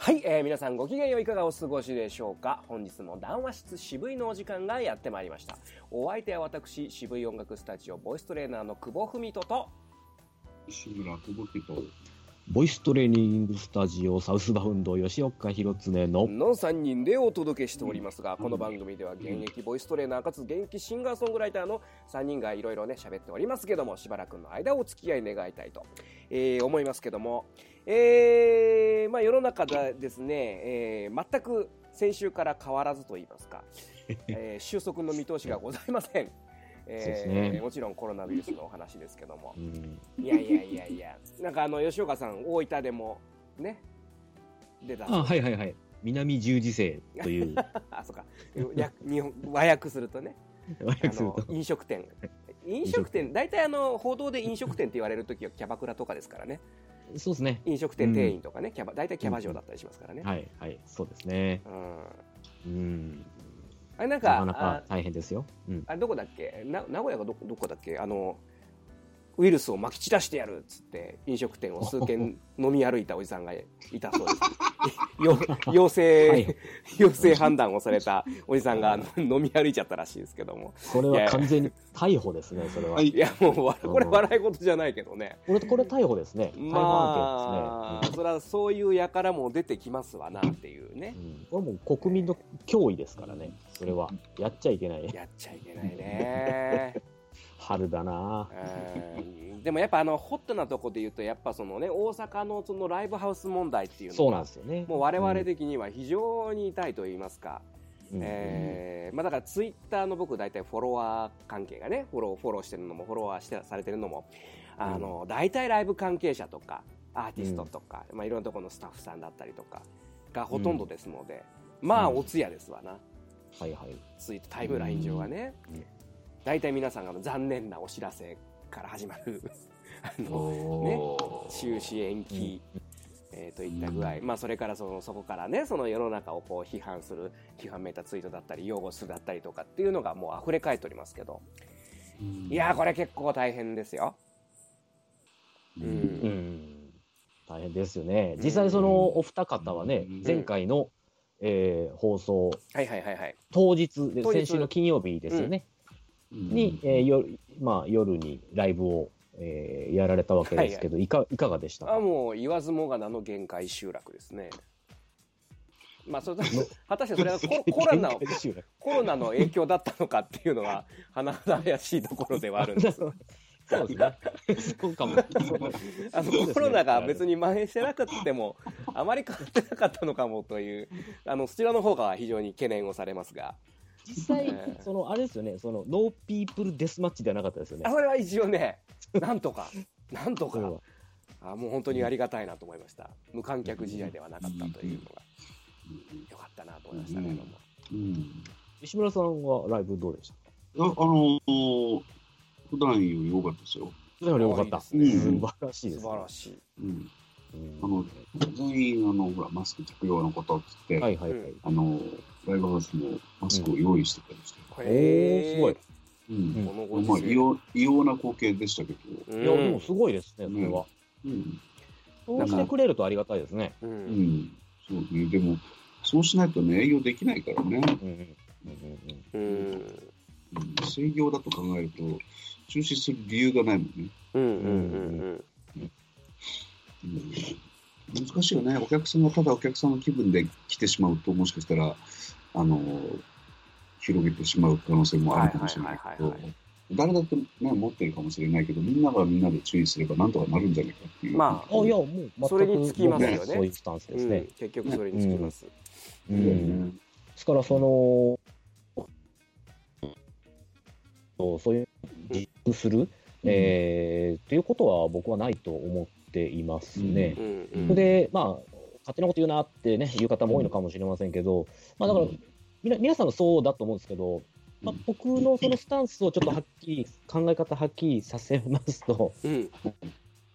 はい、えー、皆さんご機嫌よういかがお過ごしでしょうか本日も談話室渋いのお時間がやってまいりましたお相手は私渋い音楽スタジオボイストレーナーの久保文人と志村久保家とボイストレーニングスタジオサウスバウンド吉岡弘恒のの3人でお届けしておりますが、この番組では現役ボイストレーナーかつ現役シンガーソングライターの3人がいろいろね喋っておりますけどもしばらくの間お付き合い願いたいと、えー思いますけども、えーまあ、世の中でですね、えー全く先週から変わらずと言います か、えー収束の見通しがございません。えーそうですねもちろんコロナウイルスのお話ですけどもう、んいやいやいやいや、なんかあの吉岡さん、大分でもね、出た、あはいはいはい南十字星と いうあそうか 略日本和訳するとね、和あ訳するのと飲食店、飲食店、大体あの報道で飲食店って言われるときはキャバクラとかですからね、 そうですね飲食店店員とかね、キャバ大体キャバ嬢だったりしますからね。はいはいそうですねうん、あうんれなんなか、かなあか大変ですようんあれどこだっけな名古屋がどどこだっけあのウイルスをまき散らしてやるっつって飲食店を数軒飲み歩いたおじさんがいたそう ですよ陽性、はい陽性判断をされたおじさんがあの飲み歩いちゃったらしいですけどもこれいやいはや完全に逮捕ですねそれははいいやもうわこれ笑い事じゃないけどねこれこれ逮捕ですね逮捕ま案あ件ですねそりゃそういうやからも出てきますわなっていうねうんうんこれはもう国民の脅威ですからねそれはやっちゃいけないやっちゃいけないね春だなうんでもやっぱあのホットなとこで言うとやっぱそのね大阪のそのライブハウス問題っていうそのうなんがですよねもう我々的には非常に痛いと言いますか、うんえーまあ、だからツイッターの僕大体フォロワー関係がねフォローフォローしてるのもフォロワーしてされてるのもあの大体ライブ関係者とかアーティストとか、まあ、いろんなところのスタッフさんだったりとかがほとんどですので、まあお通夜ですわなはいはいツイートタイムライン上はね、うん大体皆さんが残念なお知らせから始まるあのお中止延期、えーといった具合、まあ、それからそのそこからねその世の中をこう批判する批判めいたツイートだったり擁護するだったりとかっていうのがもう溢れ返っておりますけどいやーこれ結構大変ですよ。ううんん大変ですよね。実際そのお二方はね、うん前回の、えー放送はいはいはいはい。当日で当日先週の金曜日ですよね、に、えー夜まあ、夜にライブを、えーやられたわけですけど、いかいかがでしたあかもう言わずもがなの限界集落ですね。まあ、それと 果たしてそれはココロナを コロナの影響だったのかっていうのは、甚だ怪しいところではあるんです。そうですね。そうかも。あのそうですねコロナが別に蔓延してなくっても、あまり変わってなかったのかもという、あのそちらの方が非常に懸念をされますが、実際ええ、そのあれですよね、そのノーピープルデスマッチではなかったですよねあ。それは一応ね、なんとか、なんとこかれ、はあもう本当にありがたいなと思いました。無観客試合ではなかったというのが、よかったなと思いましたけども。うん石村さんはライブどうでしたああのー普段より多かったですよ。かより良かった。あ素いいですね晴らしいで素す。晴らしい。うん、うんあの全員あのほらマスク着用のことっつって、はいはいはういん。あのライブハウスもマスクを用意してたんですけおーすごいど、うんうんこのうごんまあ、時異世様異様な光景でしたけど、うんいや、でもすごいですね、それは。うんそうしてくれるとありがたいですね。ううんん、そうね、でもそうしないとね営業できないからね、うんうんうんうんうんうん、水業だと考えると中止する理由がないもんね。うんうんうんうんうん難しいよね、お客さんがただお客さんの気分で来てしまうと、もしかしたら、あの広げてしまう可能性もあるかもしれないけはどいはいはいは、誰だって、ね、持ってるかもしれないけど、みんながみんなで注意すればなんとかなるんじゃないかっていう。まあ、いや、もう全く、それに尽きますよねもうそういうスタンスですうんね。結局それにつきます。ううんん。ねですから、その、そうそういう、自粛する、えー、ということは僕はないと思っていますね。うんううんそれで、まあ、勝手なこと言うなってね、言う方も多いのかもしれませんけど、まあ、だからうん、みな皆さんもそうだと思うんですけど、まあ、僕のそのスタンスをちょっとはっきり、考え方はっきりさせますと、 うん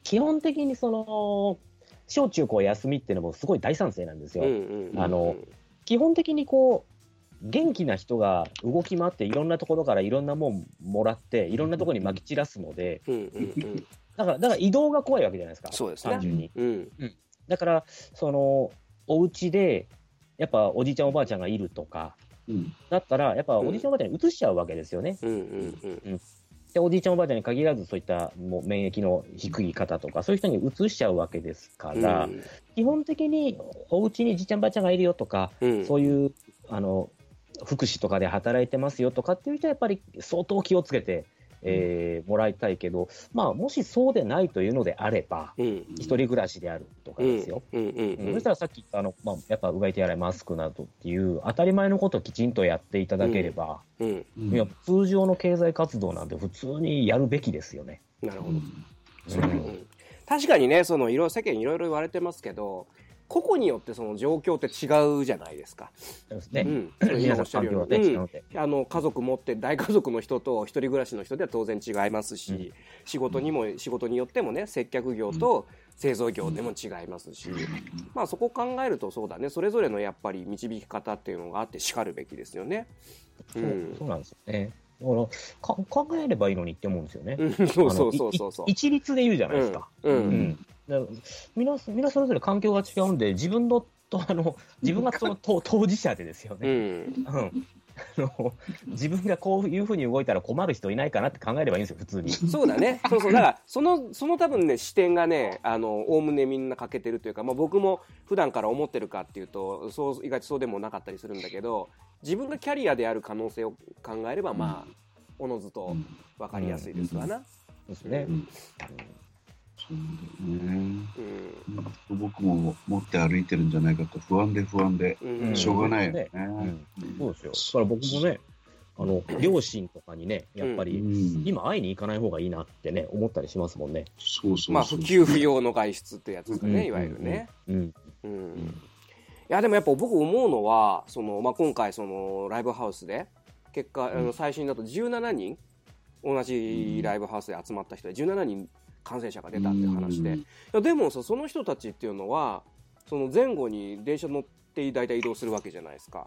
基本的にその小中高休みっていうのもすごい大賛成なんですよ、うんうんあの基本的にこう元気な人が動き回っていろんなところからいろんなもんもらっていろんなところにまき散らすのでうんうんうん、だからだから移動が怖いわけじゃないですかそうですね単純にうんだからそのお家で、やっぱおじいちゃんおばあちゃんがいるとか、うん。だったら、やっぱうんおじいちゃんおばあちゃんに移しちゃうわけですよね。うんうんうん。で、おじいちゃんおばあちゃんに限らず、そういったもう免疫の低い方とか、そういう人に移しちゃうわけですから、うん基本的にお家にじいちゃんばあちゃんがいるよとか、うんそういう、あの、福祉とかで働いてますよとかっていう人はやっぱり相当気をつけて、えーもらいたいけど、まあ、もしそうでないというのであれば、うん一人暮らしであるとかですよ。うんうんうんそしたらさっき言ったあの、まあ、やっぱうがい手洗いマスクなどっていう当たり前のことをきちんとやっていただければ、うんうんいや通常の経済活動なんて普通にやるべきですよね。なるほうど。んううんん確かにね、そのいろいろ世間いろいろ言われてますけど、個々によってその状況って違うじゃないですか。そうです ね、ん、皆さん環境はね違うので、あの家族持って大家族の人と一人暮らしの人では当然違いますし、うん仕事にも仕事によってもね接客業と製造業でも違いますし、まあそこを考えるとそうだねそれぞれのやっぱり導き方っていうのがあってしかるべきですよね。うそうんそうなんですよね。だからか考えればいいのにって思うんですよね。うんそうそうそうそうそうあのいい。一律で言うじゃないですか。うんううんんだからみんなみんなそれぞれ環境が違うんで自分のとあの自分がその当当事者でですようね。んうん あの自分がこういうふうに動いたら困る人いないかなって考えればいいんですよ普通に。そうだね。そうそう。だから、その、その多分ね、視点がね、あの、おおむねみんな欠けてるというか、まあ僕も普段から思ってるかっていうと、そう、意外とそうでもなかったりするんだけど、自分がキャリアである可能性を考えれば、まあ、おのずと分かりやすいですわな。そうですねう。んそうだよね。うん。僕も持って歩いてるんじゃないかと不安で不安でう。うんんしょうがないよね。うんそうですよ。だから僕もねあの両親とかにねやっぱうりん今会いに行かない方がいいなってね思ったりしますもんね。そうそうそうまあ、不給不要の外出ってやつですかうんね、いわゆるね。うん。うんいやでもやっぱ僕思うのはその、まあ、今回そのライブハウスで結果、あの最新だと17人同じライブハウスで集まった人で17人感染者が出たっていう話で、うんいやでもさその人たちっていうのはその前後に電車乗って大体移動するわけじゃないですか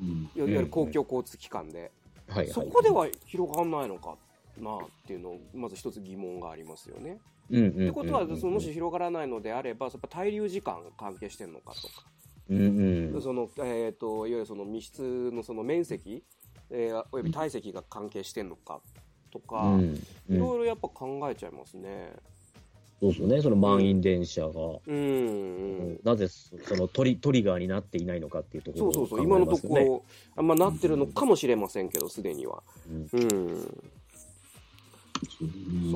うんいわいわゆる公共交通機関で、はいはい。そこでは広がんないのかなっていうのをまず一つ疑問がありますよね。うんうんうんうん。っってことはそのもし広がらないのであればやっぱ滞留時間関係してるのかとか。うんうんそのえー、といわゆるその密室のその面積、えーおよび体積が関係してんのかとか、うんういん。ろいろやっぱ考えちゃいますね。そうですよね、その満員電車が、うん、うんなぜそのトリトリガーになっていないのかっていうところそをうそう考そう、え今のまとすこよね。ろ、あんまなってるのかもしれませんけど、すでには。うんうん、そうそだ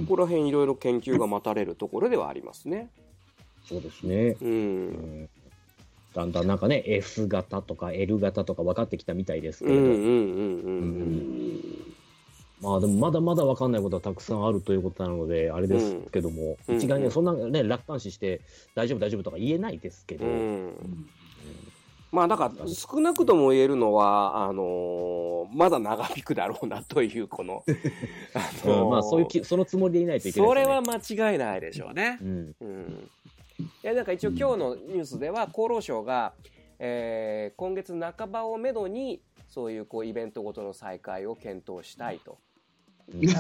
ねこら辺いろいろ研究が待たれるところではありますね。そうですね、う、うんん。だんだんなんかね、S 型とか L 型とか分かってきたみたいですうん、うけれんど、、うん、うん、まあでもまだまだ分かんないことはたくさんあるということなので、あれですけども、うん一概うんにはそんなね、楽観視して、大丈夫、大丈夫とか言えないですけうど、ん。うんまあだから少なくとも言えるのはあのーまだ長引くだろうなというこ の、あのーうんまあそういうき、そのつもりでいないといけないそですれよはね、間違いないでしょうね。うん、うん、いやなんか一応今日のニュースでは厚労省が、えー今月半ばをめどにそういうこうイベントごとの再開を検討したいと。うん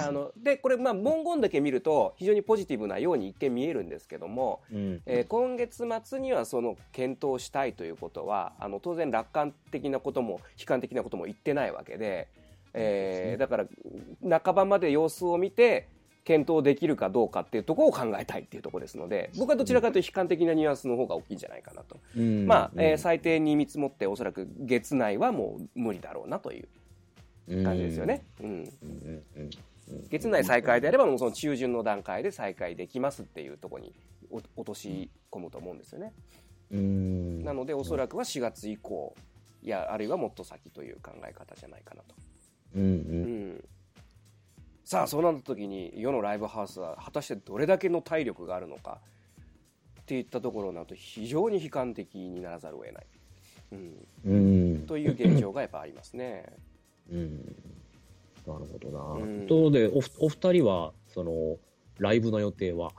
あのでこれまあ文言だけ見ると非常にポジティブなように一見見えるんですけども、うんえー今月末にはその検討したいということはあの当然楽観的なことも悲観的なことも言ってないわけで、えーだから半ばまで様子を見て検討できるかどうかっていうところを考えたいっていうところですので僕はどちらかというと悲観的なニュアンスの方が大きいんじゃないかなと、うんまあ、えー最低に見積もっておそらく月内はもう無理だろうなという感じですよね。うんうんうんうん月内再開であればもうその中旬の段階で再開できますっていうところにお落とし込むと思うんですよね。うんなのでおそらくは4月以降いやあるいはもっと先という考え方じゃないかなと、うんうんうんさあそうなった時に世のライブハウスは果たしてどれだけの体力があるのかっていったところになると非常に悲観的にならざるを得ない、うん、うん。という現状がやっぱありますね。 うん。なるほどな。うんとでおふ、お二人は、その、ライブの予定は、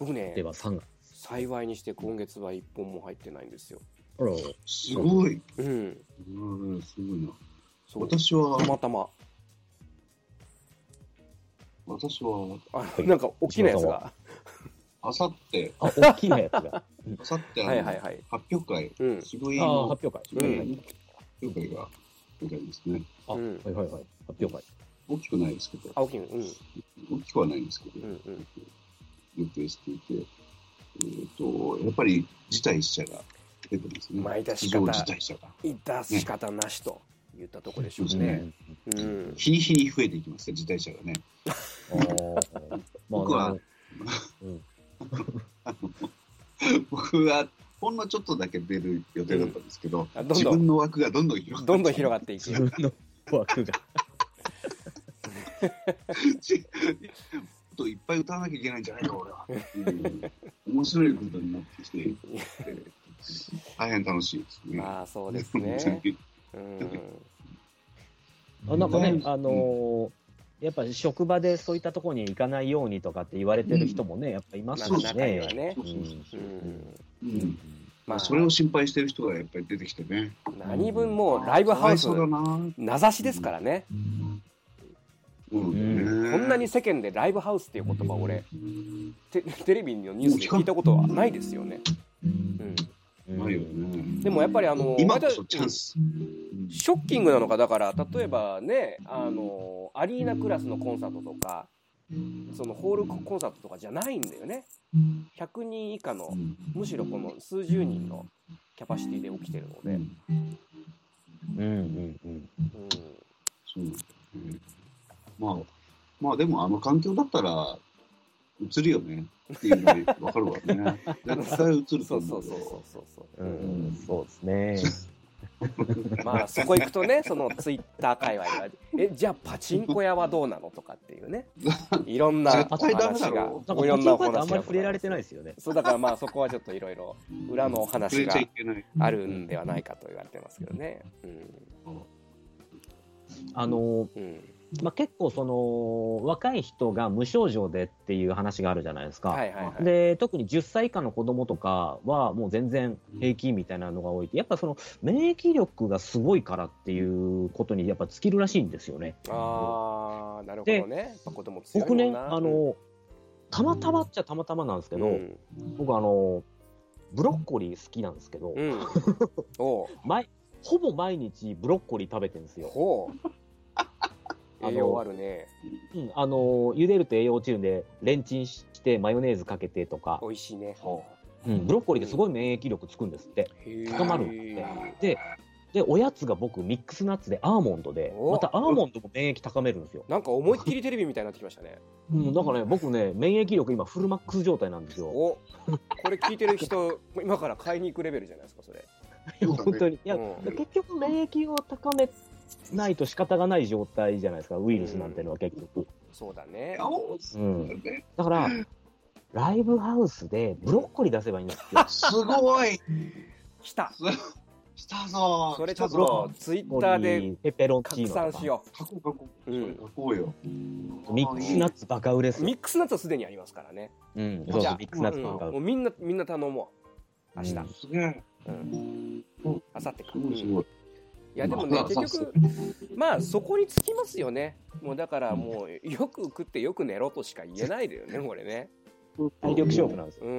僕ねでは3月。幸いにして今月は1本も入ってないんですよ。あら、すごい。うん、うんすごいな。そうた私は、またま私は、あのなんか大きなやつがあさって、あ、大きなやつ が。あさって、はいはい発はい。表会、うん。渋あいーの発表会。渋うんいの発表会がございますね。あ、うんはいはいはい。発表会。大きくないですけど、青木君、うん。大きくはないんですけうど、んうん。予定していて、えっ、と、やっぱり辞退者が出てますね。前出し非方常辞退者が。出す仕方なしと言ったとこでしょうね。うん。日に日に増えていきますね、辞退者がね。あーまあ僕は、うんあの僕はほんのちょっとだけ出る予定だったんですけど、あどん自どん分の枠がどんどん広がってどんどん広がってい自く。分の枠が。ちょっといっぱい歌わなきゃいけないんじゃないか、俺は。うん面白いことになってきて、えー大変楽しいですね。まあそうですね。うん。あなんかうねん、あのーやっぱ職場でそういったところに行かないようにとかって言われてる人もね、やっぱいますしまあ中にはね。ねそ。うそうう。そうんうんまあまあ、それを心配してる人がやっぱり出てきてね。何分もうライブハウスかわいそうだな。名指しですからね。うんこんなに世間でライブハウスっていう言葉俺テテレビのニュースで聞いたことはないですよね。うん。うないよんね。でもやっぱりあの今こそチャンス。ショッキングなのかだから例えばねあのアリーナクラスのコンサートとかそのホールコンサートとかじゃないんだよね100人以下のむしろこの数十人のキャパシティで起きてるので、うんうんうんうん。うそうなんだよねまあ、まあでもあの環境だったら、映るよねっていうのがわかるわ ね。絶対映ん、るとそうそううそ思けど。うそうそうそうう、んうん、そうですうんまあそこ行くとねそのツイッター界隈が「えじゃあパチンコ屋はどうなの?」とかっていう ねいろんなお絶対ダメ話だがろね。いろなんか、パんチなンおコ話ってがあんまり触れられてないですよね。そうだからまあそこはちょっといろいろ裏のお触話れがちゃいけない。あるんではないかと言われてますけどね。うんあのー、うん、まあ、結構その、若い人が無症状でっていう話があるじゃないですか。はいはいはい。で特に10歳以下の子供とかはもう全然平気みたいなのが多いってやっぱその免疫力がすごいからっていうことにやっぱ尽きるらしいんですよね。ああ、なるほどね。やっぱ子供強い僕もんなねあのたまたまっちゃたまたまなんですけうど、ん、僕あのブロッコリー好きなんですけど、 うん、おう毎ほぼ毎日ブロッコリー食べてるんですよ。ほう。 あの栄養あるね。うん、あの茹でると栄養落ちるんでレンチンしてマヨネーズかけてとか美、味しいね。うん、ブロッコリーってすごい免疫力つくんですって。へえ深まるんだででおやつが僕ミックスナッツでアーモンドでおまたアーモンドも免疫高めるんですよ、なんか思いっきりテレビみたいになってきました ね。うん、だからね僕ね免疫力今フルマックス状態なんですよお、これ聞いてる人今から買いに行くレベルじゃないですかそれ。 本当にいや、うん結局免疫を高めないと仕方がない状態じゃないですかウイルスなんてのは結局、そうだね。青すうん、だからライブハウスでブロッコリー出せばいいんですよごい 来た。来たぞそれちょっ来たぞとツイッターでペペロンチ拡ーノと散かしよ書こう書こう。うそれ書こうよ。ミックスナッツバカ売れっすう。よミックスナッツはすでにありますからね。うん、じゃあそうそうミックスナッツバカうん売もれうみんなみんな頼もう明日うんすげえ。あさってか、すごいすうんいごい。やでもねまあ結局まあそこに尽きますよねもうだからもうよく食ってよく寝ろとしか言えないだよ ねこれね体力勝負なんですよ、うー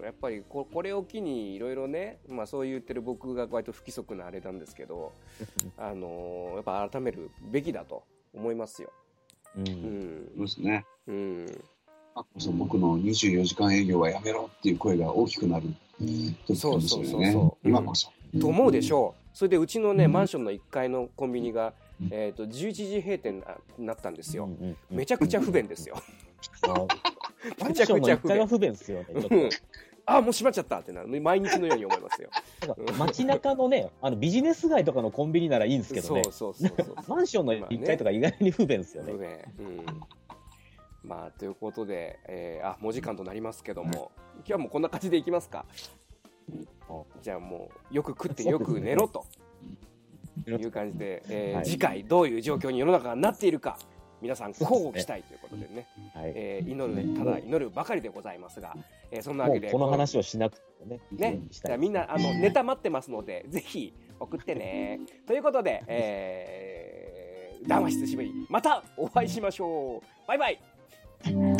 んやっぱりここれを機にいろいろね、まあ、そう言ってる僕が割と不規則なあれなんですけど、あのーやっぱ改めるべきだと思いますよ。うんうんそうですね。うんあそう僕の24時間営業はやめろっていう声が大きくなる時かもしそうそれないねうそうそう今こそ。と思うでしょうそれでうちのねマンションの1階のコンビニが、えー、と11時閉店になったんですよ。うんうんうんめちゃくちゃ不便ですよ。あめちゃくちゃ不マンションの一階便が。不便ですよね。ちょっとうんあ、もう閉まっちゃったってなる。毎日のように思いますよ。なんか街中のね、あのビジネス街とかのコンビニならいい んですけどそうね。そうそうそう。マンションの一階とか意外に不便ですよ ね。ね、うん。まあ、ということで、えーあ、もう時間となりますけども、今日はもうこんな感じでいきますか。じゃあもう、よく食ってよく寝ろという感じで、えーはい次回どういう状況に世の中がなっているか、皆さん交互期待ということでね、はい。えー祈るね、ただ祈るばかりでございますが、えーそんなわもけうで、この話をしなくてもね。ね、じしゃたあい。みんなあのネタ待ってますので、ぜひ送ってね。ということで、えー、談話室しぶり、またお会いしましょう。バイバイ。 「